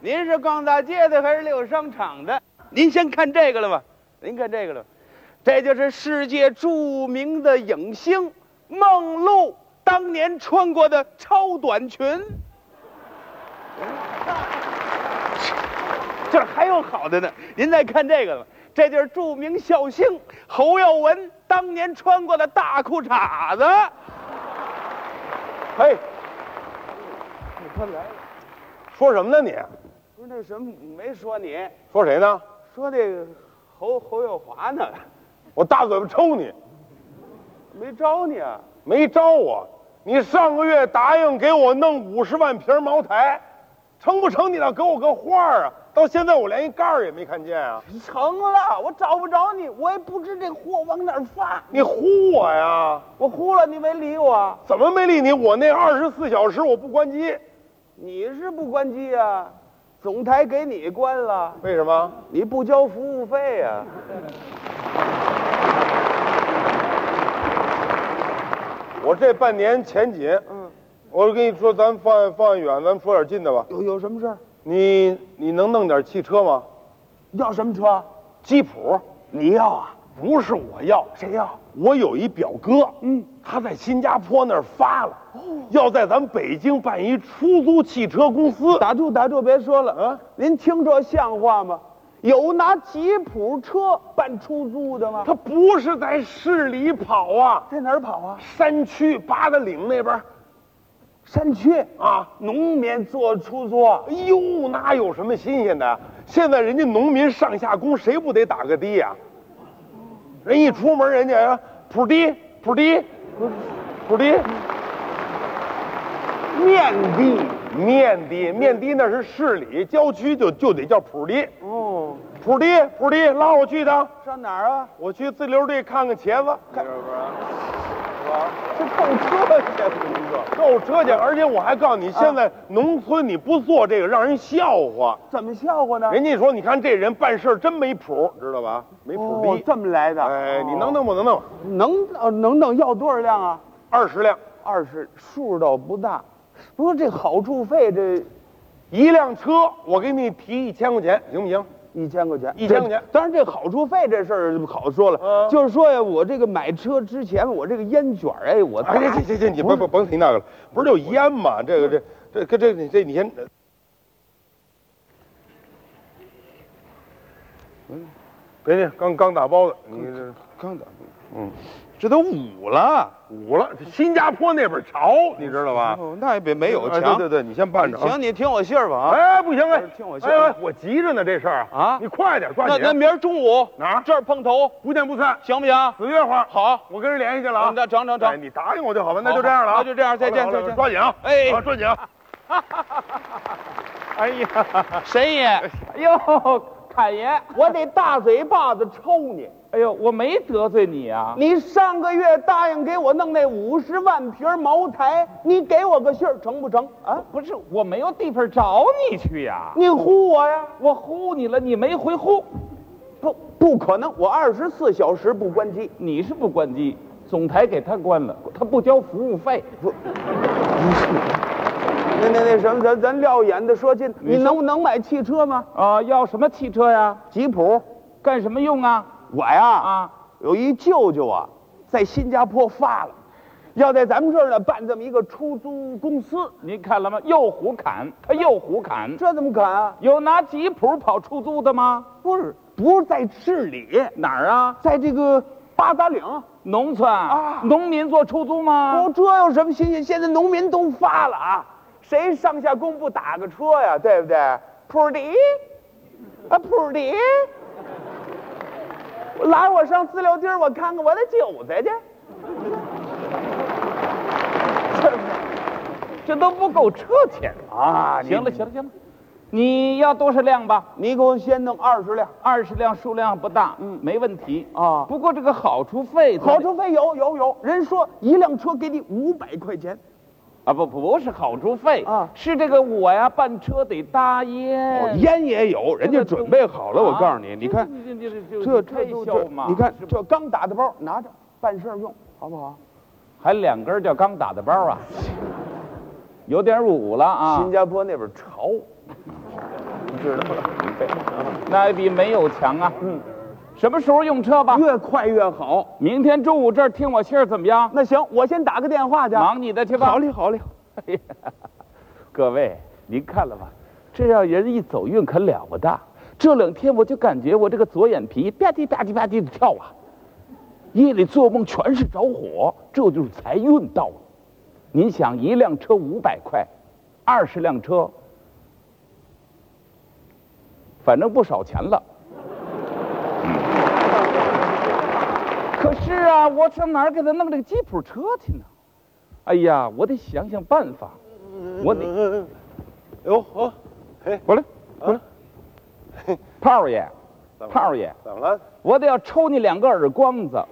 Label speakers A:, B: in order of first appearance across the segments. A: 您是逛大街的还是遛商场的？您先看这个了吧，您看这个了吧，这就是世界著名的影星梦露当年穿过的超短裙。嗯这儿还有好的呢，您再看这个吧，这就是著名笑星侯耀文当年穿过的大裤衩子。嘿，你快来了。
B: 说什么呢你？
A: 不是那什么，没说你，
B: 说谁呢？
A: 说这个侯侯耀华呢，
B: 我大嘴巴抽你，
A: 没招你啊？
B: 没招我。你上个月答应给我弄五十万瓶茅台，成不成？你倒给我个话儿啊！到现在我连一盖儿也没看见啊！
A: 成了，我找不着你，我也不知这货往哪儿发，
B: 你唬我呀？
A: 我呼了你没理我，
B: 怎么没理你？我那二十四小时我不关机，
A: 你是不关机啊？总台给你关了，
B: 为什么？
A: 你不交服务费啊？
B: 我这半年钱紧，
A: 嗯，
B: 我跟你说，咱放放远，咱们说点近的吧。
A: 有有什么事儿？
B: 你你能弄点汽车吗？
A: 要什么车？
B: 吉普
A: 你要啊？
B: 不是我要，
A: 谁要？
B: 我有一表哥，
A: 嗯，哦
B: 他在新加坡那儿发了，要在咱北京办一出租汽车公司。
A: 打住打住，别说了
B: 啊！
A: 您听这像话吗？有拿吉普车办出租的吗？
B: 他不是在市里跑啊，
A: 在哪儿跑啊？
B: 山区八达岭那边儿
A: 山区
B: 啊。
A: 农民做出租，
B: 哎呦，那有什么新鲜的？现在人家农民上下工，谁不得打个的呀、人一出门，人家哎普的普的普的
A: 面的。
B: 面的面的那是市里，郊区就就得叫普的
A: 哦，
B: 普的普的，拉我去一趟，
A: 上哪儿啊？
B: 我去自留地看看茄子，
A: 这购车去。
B: 够车去。而且我还告诉你，现
A: 啊
B: 在农村你不做这个，让人笑话。
A: 怎么笑话呢？
B: 人家说，你看这人办事儿真没谱，知道吧？没谱
A: 哦，
B: 的。
A: 这哦么来的。
B: 哎，你能
A: 弄
B: 弄不能弄？
A: 能呃能弄要多少辆啊？
B: 二十辆，
A: 二十，数倒不大。不过这好处费这
B: 一辆车，我给你提一千块钱，行不行？
A: 一千块钱，
B: 一千块钱
A: 这当然，这好处费这事儿就不好说了。
B: 嗯
A: 就是说呀，我这个买车之前，我这个烟卷儿哎，我
B: 哎，行行行行，你甭甭甭提那个了，不是有烟吗？这个这这跟这你这你先，嗯别介，刚刚打包的，你这
A: 刚打，嗯，这都五了，
B: 捂了，新加坡那边潮，你知道吧？
A: 哦，那也别没有
B: 哎
A: 强。
B: 对对对，你先办着。
A: 行，，你听我信儿吧啊。
B: 哎，不行哎，
A: 听我信
B: 哎哎，我急着呢，这事儿
A: 啊
B: 你快点，抓
A: 那
B: 紧。
A: 那明儿中午
B: 哪儿
A: 这儿碰头，
B: 不见不散，
A: 行不行？
B: 紫月花。，
A: 好，
B: 我跟人联系去了
A: 我
B: 啊
A: 们。再成成
B: 哎
A: 成。
B: 你答应我就好吧，那就这样了啊，
A: 好那就这样再见
B: 好嘞好嘞
A: 再见
B: 抓紧啊，
A: 哎
B: 啊抓紧啊！哎呀，
C: 谁爷？
A: 哎呦，侃爷，我得大嘴巴子抽你！
C: 哎呦，我没得罪你啊！
A: 你上个月答应给我弄那五十万瓶茅台，你给我个信儿成不成啊？
C: 不是，我没有地方找你去呀、
A: 你唬我呀？
C: 我呼你了，你没回呼，
A: 不，不可能！我二十四小时不关机。
C: 你是不关机，总台给他关了，他不交服务费。
A: 那那那什么，咱咱撂眼的说近，你能能买汽车吗？
C: 啊，要什么汽车呀？
A: 吉普。
C: 干什么用啊？
A: 我呀，
C: 啊，
A: 有一舅舅啊，在新加坡发了，要在咱们这儿呢办这么一个出租公司，
C: 您看了吗？又胡侃，他又胡侃。
A: 这怎么敢啊？
C: 有拿吉普跑出租的吗？
A: 不是，不是在市里，
C: 哪儿啊？
A: 在这个八达岭。
C: 农村
A: 啊
C: 农民做出租吗？
A: 哦，这有什么新鲜？现在农民都发了啊，谁上下工不打个车呀？对不对？普迪，啊普迪，来，我上自留地儿，我看看我的韭菜去。
C: 这都不够车钱
A: 啊
C: 行了，行了，行了，你要多少辆吧？
A: 你给我先弄二十辆，
C: 二十辆数量不大，嗯，没问题
A: 啊
C: 不过这个好处费，
A: 好处费有有有，人说一辆车给你五百块钱。
C: 啊不不不是好处费
A: 啊
C: 是这个我呀办车得搭烟，
A: 哦烟也有，人
C: 家准备
A: 好
C: 好这这
A: 这
C: 这
A: 这都
C: 笑
A: 这
C: 嘛，
A: 你看这刚打的包拿着办事儿用，好不好？
C: 还两根儿叫刚打的包啊，有点儿捂了啊
A: 新，加坡那边潮，
B: 知道了，
C: 那比煤油强啊。嗯，什么时候用车吧？
A: 越快越好。
C: 明天中午这儿听我信儿怎么样？
A: 那行，我先打个电话去。
C: 忙你的去吧。
A: 好嘞，好嘞。
C: 各位，您看了吧？这要人一走运可了不得。这两天我就感觉我这个左眼皮吧唧吧唧吧唧的跳啊，夜里做梦全是着火，这就是财运到了。您想，一辆车五百块，二十辆车，反正不少钱了。嗯可是啊，我上哪儿给他弄这个吉普车去呢？哎呀，我得想想办法。我得
B: 嗯，
A: 哎
B: 哟
A: 哦
B: 呵，嘿，
C: 回来，回来，炮儿爷，炮儿爷，
B: 怎么了？
C: 我得要抽你两个耳光子，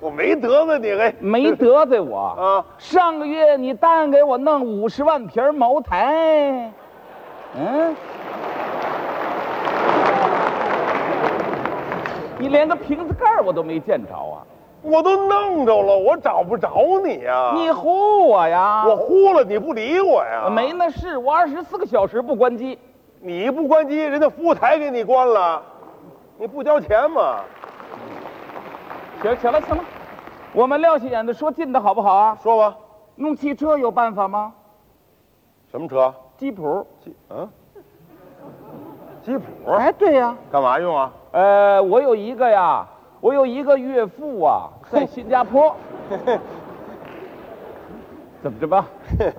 B: 我没得罪你，嘿，
C: 没得罪我
B: 啊
C: 上个月你答应给我弄五十万瓶儿茅台，嗯，你连个瓶子盖儿我都没见着啊！
B: 我都弄着了，我找不着你呀。
C: 你唬我呀？
B: 啊我呼了，你啊不理我呀？
C: 没那事，我二十四个小时不关机。
B: 你一不关机，人家服务台给你关了，你不交钱吗？
C: 行行了行了，我们撂下眼子说近的好不好啊？
B: 说吧，
C: 弄汽车有办法吗？
B: 什么车？
C: 吉普。
B: 吉啊？吉普？
C: 哎，对呀、
B: 干嘛用啊？
C: 呃，我有一个呀，我有一个岳父啊， 在新加坡。怎么着 吧？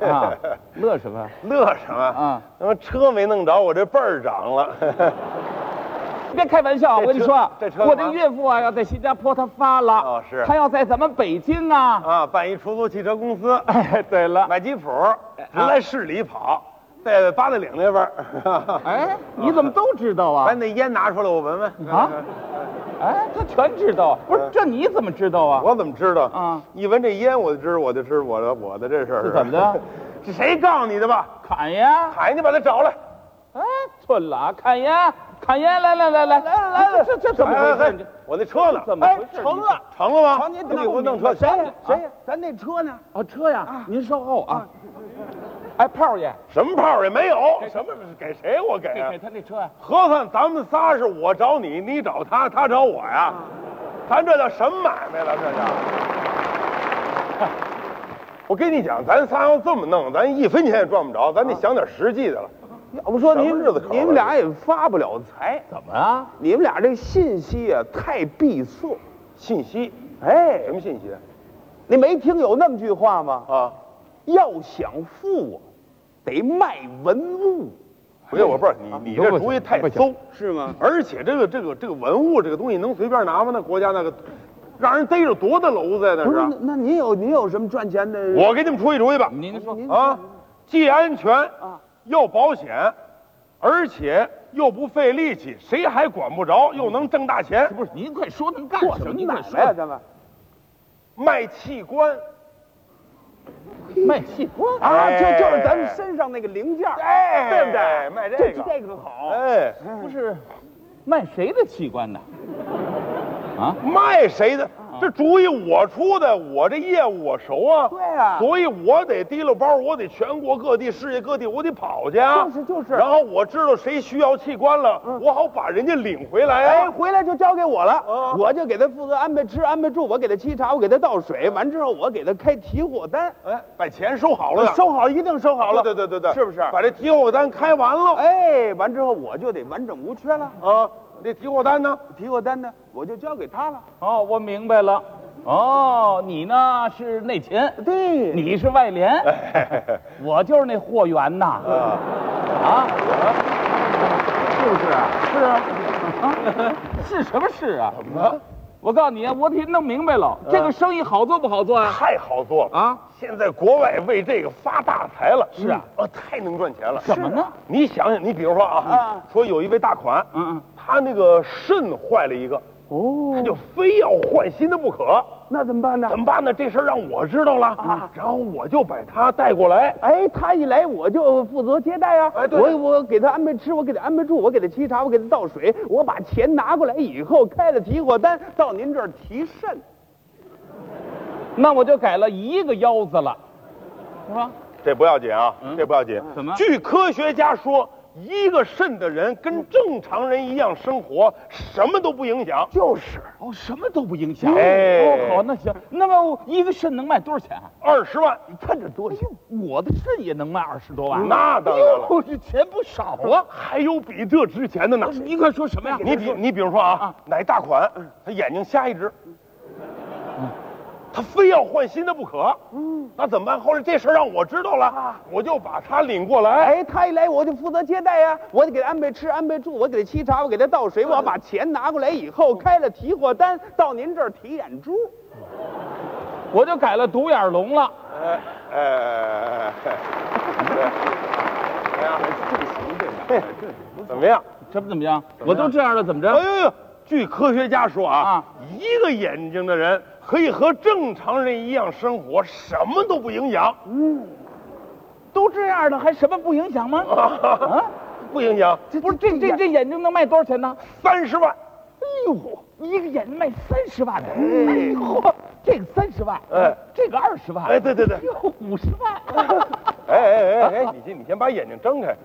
C: 啊，乐什么？
B: 乐什么？
C: 啊，
B: 他妈车没弄着，我这辈儿长了。
C: 别开玩笑啊，我跟你说啊，
B: 这车
C: 我
B: 干
C: 这
B: 嘛
C: 岳父啊要在新加坡，他发了，
B: 哦是
C: 他要在咱们北京啊。
B: 啊，办一出租汽车公司，
C: 哎， 对了，
B: 买吉普，
C: 啊
B: 不在市里跑，在八达岭那边儿。
C: 哎，你怎么都知道啊
B: 把？那烟拿出来，我闻闻。
C: 啊，哎，他全知道，不是这你怎么知道啊？
B: 我怎么知道？
C: 啊，
B: 一闻这烟，我就知道我的知我的我的这事儿
C: 是怎么的？
B: 是谁告诉你的吧？
C: 砍呀！
B: 海，你把他找来。
C: 哎，寸了啊，砍呀，砍呀！来来来来来来来，这这怎么
B: 哎
C: 回
B: 哎
C: 事？
B: 哎我那车呢？
C: 怎么回事？
A: 哎成了
B: 成了吗？
A: 瞧您
B: 不得给我弄车啊去。
A: 谁呀？谁呀？咱那车呢？
C: 啊，车呀，您稍后啊。哎，炮爷，
B: 什么炮也没有，什么给谁我给啊
C: 给？他那车呀，
B: 合算咱们仨是我找你，你找他，他找我呀。
C: 啊
B: 咱这叫什么买卖了？这叫。我跟你讲，咱仨要这么弄，咱一分钱也赚不着，咱得
C: 啊
B: 想点实际的了。
A: 要不说
B: 什
A: 您
B: 么日子口啊
A: 你们俩也发不了财，
C: 怎么啊？
A: 你们俩这信息啊太闭塞。
B: 信息，
A: 哎
B: 什，么信息
A: 你没听有那么句话吗？
B: 啊？
A: 要想富啊，得卖文物，
B: 不是，我不是
A: 啊
B: 你，你这主意太馊，
A: 是吗？
B: 而且这个这个这个文物这个东西能随便拿吗？那国家那个，让人逮着多大娄子呀？那
A: 不是，嗯
B: 是啊
A: 那。那您有您有什么赚钱的？
B: 我给你们出一主意吧，
C: 您说哦
B: 啊，既安全
A: 啊
B: 又保险，而且又不费力气，谁还管不着，又能挣大钱。
C: 不是？您快说，您干
A: 做
C: 什
A: 什
C: 么？
A: 么
C: 您快
A: 买
C: 说
A: 卖呀？啊咱们
B: 卖器官，
C: 卖器官
A: 啊，就
B: 哎
A: 就是咱们身上那个零件儿，
B: 哎
A: 对不对？
B: 卖这
A: 这
B: 个
A: 这个好。
B: 哎，
C: 不是卖谁的器官呢？啊，
B: 卖谁的？
A: 啊
B: 这主意我出的，我这业务我熟啊。
A: 对啊
B: 所以我得提溜包，我得全国各地、世界各地，我得跑去啊。
A: 就是就是
B: 然后我知道谁需要器官了，我好把人家领回来
A: 哎，
B: 啊。
A: 回来就交给我了
B: 啊，
A: 我就给他负责安排吃、安排住，我给他沏茶，我给他倒水，完之后我给他开提货单，
B: 哎，把钱收好了呀。
A: 收好一定收好了。
B: 对对对对对，
A: 是不是？
B: 把这提货单开完了。
A: 哎，完之后我就得完整无缺了，
B: 啊，这提 货单呢？
A: 提货单呢我就交给他了。
C: 哦，我明白了。哦，你呢是内勤，
A: 对，
C: 你是外联，我就是那货源呐。
B: 啊，
C: 啊，是不是？是啊， 是什么事啊？怎么了？我告诉你啊，我得弄明白了，这个生意好做不好做啊？
B: 太好做了！
C: 啊，
B: 现在国外为这个发大财了。
C: 是啊
B: 嗯，啊，太能赚钱了。啊
C: 怎么呢？
B: 你想想，你比如说啊
A: 啊，
B: 说有一位大款，
C: 嗯嗯，
B: 他那个肾坏了一个，他
A: 哦，
B: 就非要换新的不可，
A: 那怎么办呢
B: 怎？么办呢？这事儿让我知道了，
C: 啊
B: 然后我就把他带过来。
A: 哎，他一来我就负责接待啊，
B: 哎对
A: 我我给他安排吃，我给他安排住，我给他沏茶，我给他倒水，我把钱拿过来以后开了提货单到您这儿提肾，
C: 那我就改了一个腰子了，是吧？
B: 这不要紧啊，这不要紧。
C: 嗯怎么
B: 据科学家说，一个肾的人跟正常人一样生活，什么都不影响。
C: 就是哦，什么都不影响。
B: 哎
C: 哦，好，那行，那么我一个肾能卖多少钱啊？
B: 二十万，
C: 你看这多行，我的肾也能卖二十多万。
B: 那当然了
C: 哟，这钱不少啊。
B: 还有比这值钱的呢。
C: 你快说什么呀？
B: 你比你比如说啊
C: 啊，
B: 哪大款，他眼睛瞎一只，嗯他非要换新的不可。嗯，那怎么办？后来这事儿让我知道了，我就把他领过来。
A: 哎，他一来我就负责接待呀、我就给他安排吃，安排住，我给他沏茶，我给他倒水，我要把钱拿过来以后，开了提货单到您这儿提眼珠。
C: 我就改了独眼龙了。
B: 呃，怎么样？
C: 这不怎么样？我都这样了，怎么着？
B: 哎呦呦！据科学家说啊
C: 啊，
B: 一个眼睛的人可以和正常人一样生活，什么都不影响，
C: 都这样了，还什么不影响吗？啊，
B: 不影响，
C: 这不是这这这眼睛能卖多少钱呢？
B: 三十万。
C: 哎呦，一个眼睛卖三十万呢！哎呦，这个三十万，
B: 哎
C: 这个二十万，
B: 哎对对对
C: 哎呦，五十万。
B: 哎哎哎哎，你先你先把眼睛睁开
C: 啊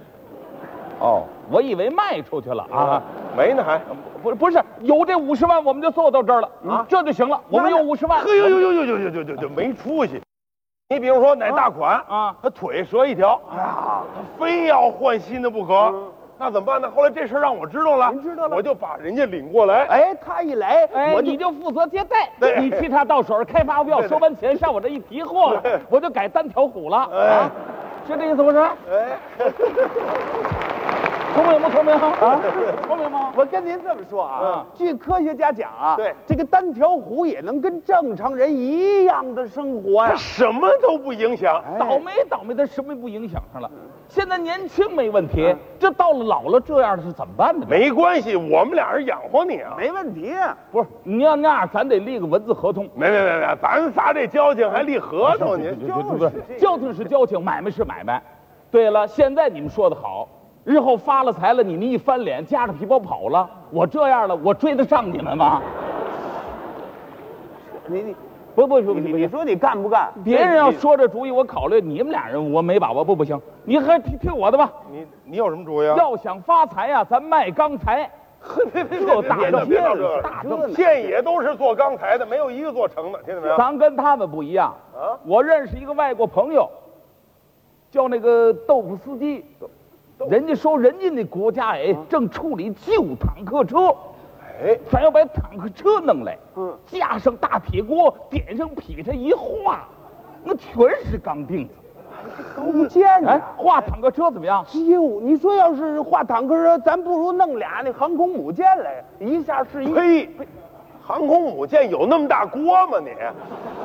C: 哦， 我以为卖出去了啊
B: 啊，，没呢还。
C: 不是不是，有这五十万我们就做到这儿了啊，这就行了，我们有五十万。
B: 嘿呦呦呦呦呦呦呦呦呦，没出息！你比如说哪大款
C: 啊
B: 他腿折一条，哎呀，他非要换新的不可，
C: 嗯
B: 那怎么办呢？后来这事儿让我知道了，
A: 您知道了
B: 我就把人家领过来。
A: 哎，他一来，
C: 哎，
A: 我就
C: 你就负责接待，
B: 对
C: 你沏茶倒水、开发票、收完钱上我这一提货了
B: 对，
C: 我就改单挑虎了，
B: 哎
C: 啊，是这意思不是？
B: 哎，
C: 聪明不聪明啊？聪明吗？
A: 我跟您这么说啊
C: 嗯，
A: 据科学家讲啊，
B: 对
A: 这个单条虎也能跟正常人一样的生活呀、
B: 他什么都不影响。
C: 倒霉倒霉，他什么也不影响上了。现在年轻没问题，这到了老了这样是怎么办呢？
B: 没关系，我们俩人养活你啊！
A: 没问题啊。
C: 不是，你要那样，咱得立个文字合同。
B: 没没没没，咱仨这交情还立合
C: 哎
B: 同呢，
C: 就是交情是交情，买卖是买卖。对了，现在你们说的好，日后发了财了，你们一翻脸，夹着皮包跑了，我这样了，我追得上你们吗？
A: 你你
C: 不不不不
B: 嗯
A: 你你
C: 行，
A: 说你干不干？
C: 别人要说这主意，我考虑你们俩人我没把握，不不行，你还听听我的吧。
B: 你你有什么主意啊？
C: 要想发财呀、咱卖钢材，这大
B: 别别
C: 正
B: 别闹这
C: 是
B: 个
C: 大
A: 这
C: 正。
B: 县也都是做钢材的，没有一个做成的，听见没有？
C: 咱跟他们不一样
B: 啊
C: 我认识一个外国朋友，叫那个豆腐司机，人家说人家那国家哎、正处理旧坦克车，
B: 嗯哎，
C: 咱要把坦克车弄来，
A: 嗯
C: 架上大铁锅，点上劈叉一化，那全是钢钉子。
A: 不见
C: 哎
A: 呀，，
C: 画坦克车怎么样？
A: 哟，你说要是画坦克车，咱不如弄俩那航空母舰来，一下是一。
B: 呸！航空母舰有那么大锅吗你？
C: 哎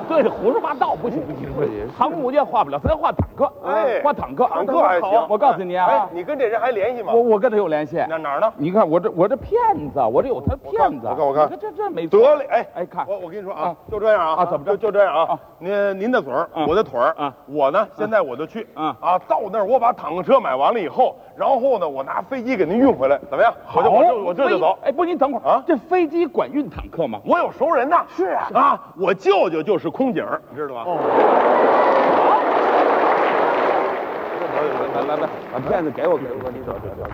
C: 对着胡说八道不行不行不行，航母舰画不了，咱画坦克，
B: 哎
C: 画坦克，
B: 坦克还行
C: 好我告诉你
B: 哎
C: 啊，，
B: 你跟这人还联系吗
C: 我？我跟他有联系，
B: 哪哪儿呢？
C: 你看我这我这骗子，啊我这有他骗子。啊
B: 我看我看我看
C: 你这这没
B: 得
C: 错
B: 嘞，哎
C: 哎看
B: 我我跟你说啊
C: 啊，
B: 就这样啊
C: 啊怎么着
B: 就就这样啊
C: 啊。
B: 您您的嘴儿，我的腿儿
C: 啊
B: 我呢现在我就去
C: 啊
B: 啊，到那儿我把坦克车买完了以后，然后呢我拿飞机给您运回来，怎么样？我就我就我这就走
C: 飞。哎，不，您等会儿
B: 啊
C: 这飞机管运坦克吗？
B: 我有熟人呐，
A: 是啊
B: 啊，我舅舅就是空姐儿，你知道吧？
A: 来来来，把片子给我给我，你走走走。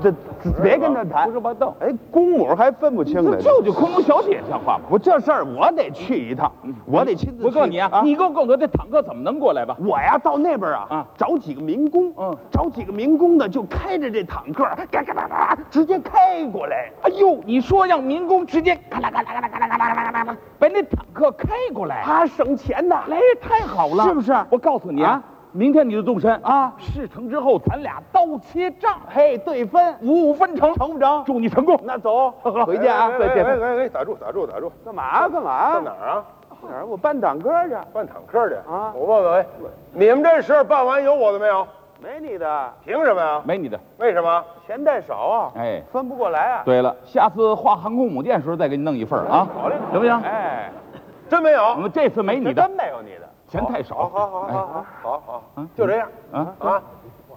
A: 这这别跟他谈
C: 胡说八道。
A: 哎，公母还分不清呢。
C: 舅舅空中小姐像话吗？
A: 我这事儿我得去一趟，我得亲自去。
C: 我告诉你啊，你给我告诉我这坦克怎么能过来吧？
A: 我呀，到那边啊，
C: 啊
A: 找几个民工，
C: 嗯
A: 找几个民工呢，就开着这坦克，嘎嘎嘎嘎，直接开过来。
C: 哎呦，你说让民工直接咔啦咔啦咔啦咔啦咔啦咔啦咔啦，把那坦克开过来，
A: 他省钱呐，
C: 来太好了，
A: 啊是不是
C: 我告诉你啊，明天你就动身啊，事成之后咱俩刀切账，
A: 嘿，对分
C: 五五分成，
A: 成不成？
C: 祝你成功。
A: 那走，回
B: 哎
A: 去啊，
B: 哎
A: 再
B: 哎哎
A: 见。
B: 哎哎，打住打住打住，
A: 干嘛干嘛
B: 到哪？儿啊？
A: 哪儿？我办坦克去，
B: 办坦克去
A: 啊
B: 我问问，哎
C: 嗯
B: 你们这事儿办完有我的没有？
A: 没你的，
B: 凭什么呀？
C: 没你的，
B: 为什么？
A: 钱太少啊，
C: 哎。
A: 分不过来啊。
C: 对了，下次画航空母舰时候再给你弄一份儿啊，
A: 好嘞
C: 行不行？
A: 哎，
B: 真没
C: 我
B: 有？
C: 们这次没嗯你的，
A: 真没有你的。
C: 钱太少。哎
B: 好好好好好好好
C: 嗯，
B: 就这样
C: 啊，
B: 啊。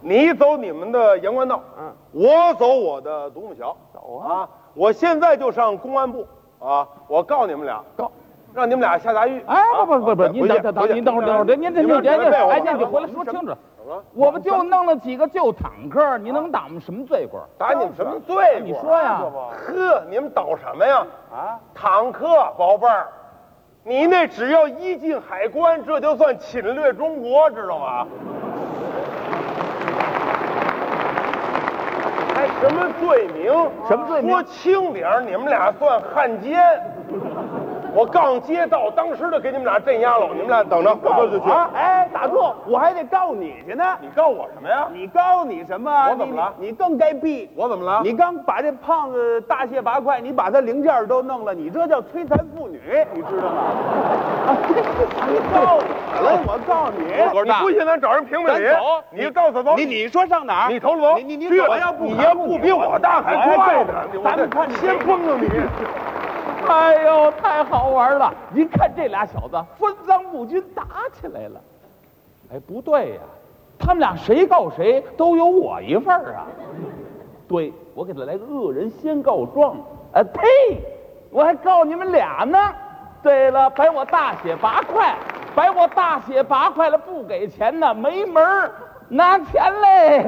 B: 你走你们的阳关道，
A: 嗯，
B: 我走我的独木桥，
A: 走啊
B: 啊！我现在就上公安部啊！我告你们俩，
C: 告，
B: 让你们俩下大狱。
C: 哎
B: 啊
C: 哎，不不不不，您等等等，您等会儿等会儿，您您您您您，
B: 哎，
C: 哎，
B: 您
C: 您你回来说清
B: 怎
C: 楚，
B: 么了？
C: 我们就弄了几个旧坦克，你能打我们什么罪过？
B: 打你们什么罪过？
C: 你说呀
B: 呵，你们倒什么呀？
A: 啊，
B: 坦克，宝贝儿，你那只要一进海关，这就算侵略中国，知道吗？还什么罪名？
C: 什么罪名
B: 说轻点儿，你们俩算汉奸。我杠街道，当时就给你们俩镇压了。你们俩等着，我就去。
A: 啊，哎，打住！我还得告你去呢。
B: 你告我什么呀？
A: 你告你什么啊？
B: 我怎么了
A: 你你更该毙！
B: 我怎么了
A: 你刚把这胖子大卸八块，你把他零件都弄了，你这叫摧残妇女，你知道吗？你告我了，我告你。
B: 你不信，咱找人评评理
A: 咱走。
B: 你告诉走，
A: 你你说上哪儿？
B: 你头颅，
A: 你你你
B: 去
A: 走要不
B: 你要不比我大还快呢，我
A: 咱们看你
B: 先崩了你。
C: 哎呦，太好玩了！您看这俩小子分赃不均，打起来了。哎，不对呀、他们俩谁告谁都有我一份儿啊。对，我给他来个恶人先告状。呃，呸！我还告你们俩呢。对了，白我大血八块，白我大血八块了，不给钱呢，没门儿，拿钱嘞！